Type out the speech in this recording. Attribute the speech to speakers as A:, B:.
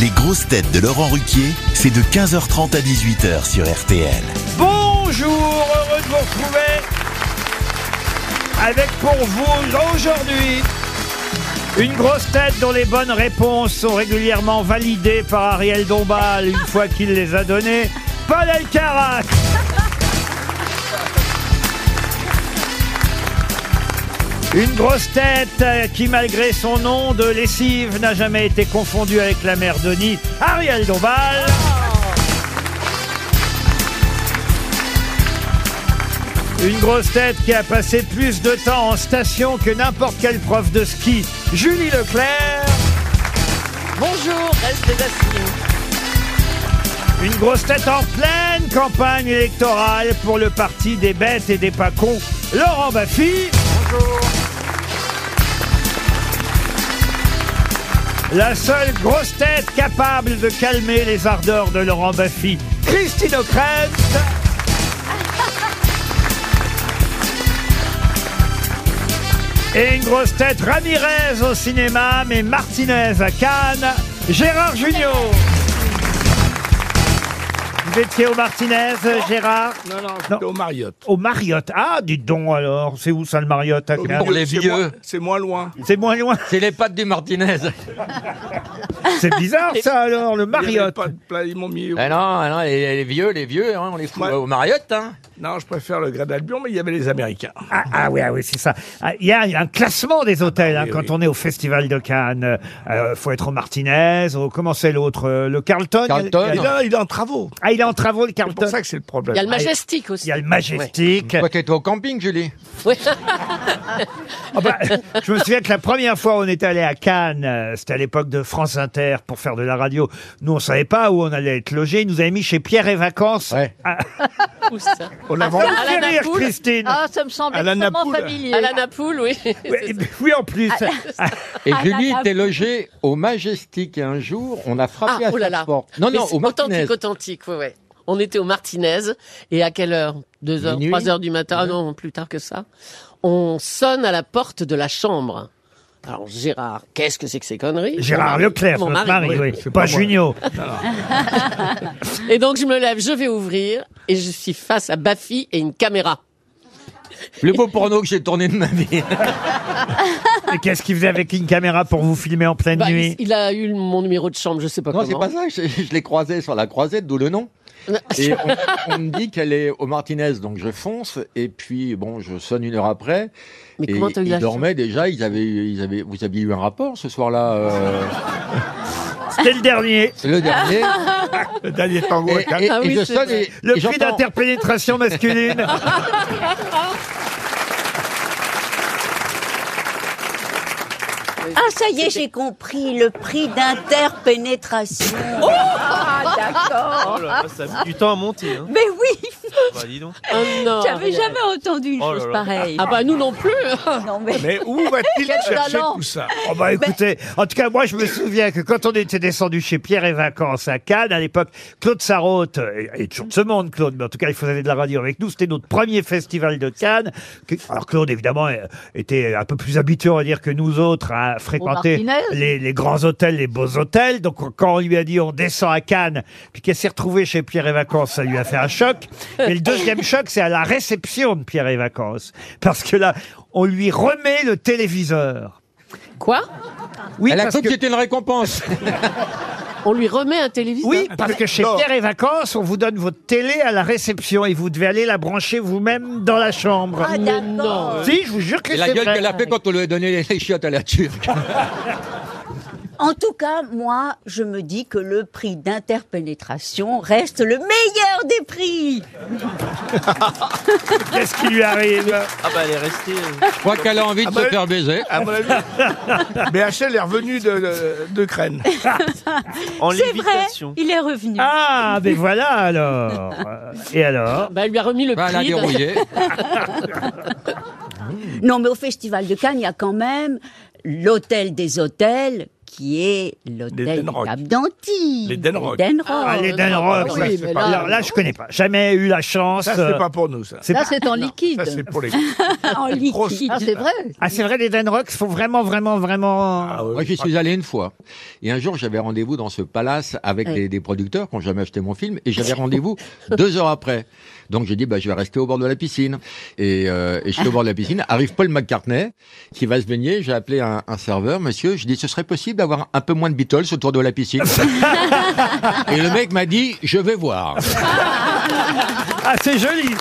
A: Les grosses têtes de Laurent Ruquier, c'est de 15h30 à 18h sur RTL.
B: Bonjour, heureux de vous retrouver avec pour vous aujourd'hui une grosse tête dont les bonnes réponses sont régulièrement validées par Ariel Dombal une fois qu'il les a données. Paul Elkarat Une grosse tête euh, qui, malgré son nom de lessive, n'a jamais été confondue avec la mère Denis, Ariel Dombal. Une grosse tête qui a passé plus de temps en station que n'importe quel prof de ski, Julie Leclerc.
C: Bonjour, reste des assignés.
B: Une grosse tête en pleine campagne électorale pour le parti des bêtes et des pas cons, Laurent Baffy. La seule grosse tête capable de calmer les ardeurs de Laurent Baffy, Christine O'Krent. Et une grosse tête Ramirez au cinéma, mais Martinez à Cannes, Gérard Junior. Vous étiez au Martinez, euh, Gérard
D: Non, non,
B: Non.
D: j'étais au Marriott.
B: Au Marriott. Ah, dites donc alors, c'est où ça le Marriott à Cannes
E: Pour les
D: C'est
E: vieux.
D: moins- C'est moins loin.
B: C'est moins loin.
E: C'est les pattes du Martinez.
B: C'est bizarre ça alors, le
D: Il y avait
B: Marriott.
D: pas de plat, ils m'ont mis. au-
E: Ah non, ah non, les, les vieux, les vieux, hein, on les fout
D: Ouais.
E: au Marriott. Hein.
D: Non, je préfère le Grand Albion, mais il y avait les Américains.
B: Ah, ah oui, ah oui, c'est ça. Ah, Il y a un classement des hôtels hein,
D: Ah, oui,
B: quand
D: oui.
B: on est au Festival de Cannes. Euh, faut être au Martinez, au, comment c'est l'autre euh, Le Carlton il y a-
E: Carlton.
B: il y a-
D: Il est, il est en travaux.
B: Ah, il est en travaux, le
D: C'est pour
B: Carlton.
D: ça que c'est le problème.
C: Il y a le Majestic aussi.
B: Il y a le Majestic.
E: Toi, t'étais au camping, Julie.
C: Ouais.
B: Ah bah, je me souviens que la première fois où on est allé à Cannes, euh, c'était à l'époque de France Inter pour faire de la radio. Nous, on savait pas où on allait être logé. Ils nous avaient mis chez Pierre et Vacances.
E: Ouais.
B: Ah,
C: Où ça
D: On l'a vendu.
B: ça me fait
F: la
B: rire,
F: Napoule.
B: Christine.
F: Ah, ça me semble
D: À la
F: extrêmement
D: Napoule.
F: familier.
C: À la Napoule, oui.
B: oui, oui, en plus.
E: Et
F: Ah,
E: Julie
F: là, là,
E: était
F: vous-
E: logée au Majestic. Et un jour, on a frappé
C: Ah,
E: à
C: oh là
E: sa
C: là.
E: porte. Non,
C: Mais
E: non,
C: c'est
E: au Martinez.
C: Authentique, authentique, ouais, ouais. On était au Martinez, et à quelle heure 2 heures,
E: Minuit.
C: 3 heures du matin, ah non, plus tard que ça. On sonne à la porte de la chambre. Alors Gérard, qu'est-ce que c'est que ces conneries
B: Gérard
C: Mon mari-
B: Leclerc,
C: mon
B: notre
C: mari,
B: mari, oui.
C: oui.
B: Pas,
D: pas moi.
B: Junio.
C: Et donc je me lève, je vais ouvrir, et je suis face à Baffy et une caméra.
E: Le beau porno que j'ai tourné de ma vie.
B: Et qu'est-ce qu'il faisait avec une caméra pour vous filmer en pleine
C: Bah,
B: nuit
C: il, il a eu mon numéro de chambre, je sais pas
E: non, c'est
C: comment.
E: pas ça. Je, je l'ai croisée sur la croisette, d'où le nom. Et on, on me dit qu'elle est au Martinez, donc je fonce. Et puis, bon, je sonne une heure après.
C: Mais
E: et
C: comment t'as eu
E: ils
C: la
E: dormaient déjà. Ils avaient, ils avaient, vous aviez eu un rapport ce soir-là. euh,
B: C'était le dernier.
E: c'est le dernier.
D: Le dernier tango
E: Et,
D: à Cannes.
E: et-
C: Ah
E: et
C: oui,
E: je
C: c'est
E: sonne
C: vrai.
E: et,
B: Le
E: et
B: prix
E: j'entends-
B: d'interpénétration masculine.
F: Ah, ça y est, j'ai compris le prix d'interpénétration.
G: Oh là là, ça a mis du temps à monter. Hein.
F: Mais oui,
G: Bah, dis donc.
C: Oh non
F: j'avais jamais entendu une
G: Oh là
F: chose
G: là.
F: pareille.
C: Ah bah nous non plus
F: Non, mais
D: Mais où va-t-il
F: Quel
D: chercher
F: talent.
D: tout ça
B: Oh bah écoutez, en tout cas moi je me souviens que quand on était descendu chez Pierre et Vacances à Cannes à l'époque, Claude Sarraute euh, est toujours de ce monde Claude, mais en tout cas il faisait de la radio avec nous, c'était notre premier festival de Cannes. Que- Alors Claude évidemment euh, était un peu plus habitué on va dire que nous autres à fréquenter
F: Martinez.
B: les, les grands hôtels, les beaux hôtels. Donc quand on lui a dit on descend à Cannes, puis qu'elle s'est retrouvée chez Pierre et Vacances, ça lui a fait un choc. Et le deuxième choc c'est à la réception de Pierre et Vacances, parce que là on lui remet le téléviseur.
C: Quoi
B: Oui,
E: Elle a
B: parce
E: cru que
B: que,
E: c'était une récompense.
C: On lui remet un téléviseur
B: oui, parce que chez
D: Non.
B: Pierre et Vacances, on vous donne votre télé à la réception et vous devez aller la brancher vous-même dans la chambre.
F: Ah, d'accord.
B: si, je vous jure que
E: Et la
B: c'est
E: gueule
B: vrai.
E: qu'elle a fait quand on lui a donné les chiottes à la turque.
F: En tout cas, moi, je me dis que le prix d'interpénétration reste le meilleur des prix.
B: Qu'est-ce qui lui arrive
G: Ah bah elle est restée. euh,
E: Je crois qu'elle a envie de
D: Ah bah,
E: se faire baiser.
D: À mon avis. BHL est revenu de, de Crène.
G: en
F: C'est vrai,
G: lévitation.
F: il est revenu.
B: Ah, mais voilà alors. Et alors
C: Bah, elle lui a remis le
E: Bah, elle a
C: prix. d'un-
E: dérouillé.
F: Non, mais au Festival de Cannes, il y a quand même l'hôtel des hôtels qui est l'hôtel des
B: Rock.
F: Caps d'Antilles.
B: Rock.
F: L'Eden Rock.
B: Ah, les Den Rock, ça, c'est pas- Alors là, je connais pas. Jamais eu la chance. euh.
D: Ça, c'est pas pour nous, ça.
H: Là,
B: pas-
H: c'est en liquide.
B: c'est pour les-
F: en liquide.
H: Ah, c'est vrai.
B: Ah, c'est vrai, les Den Rock font vraiment, vraiment, vraiment.
D: Ah,
E: Moi, j'y suis allé une fois. Et un jour, j'avais rendez-vous dans ce palace avec
B: Ouais.
E: des, des producteurs qui n'ont jamais acheté mon film. Et j'avais rendez-vous deux heures après. Donc, j'ai dit, bah, je vais rester au bord de la piscine. Et, euh, et je suis au bord de la piscine. Arrive Paul McCartney, qui va se baigner. J'ai appelé un, un serveur. Monsieur, je dis, ce serait possible d'avoir un peu moins de Beatles autour de la piscine. et le mec m'a dit, je vais voir.
B: Ah, c'est joli.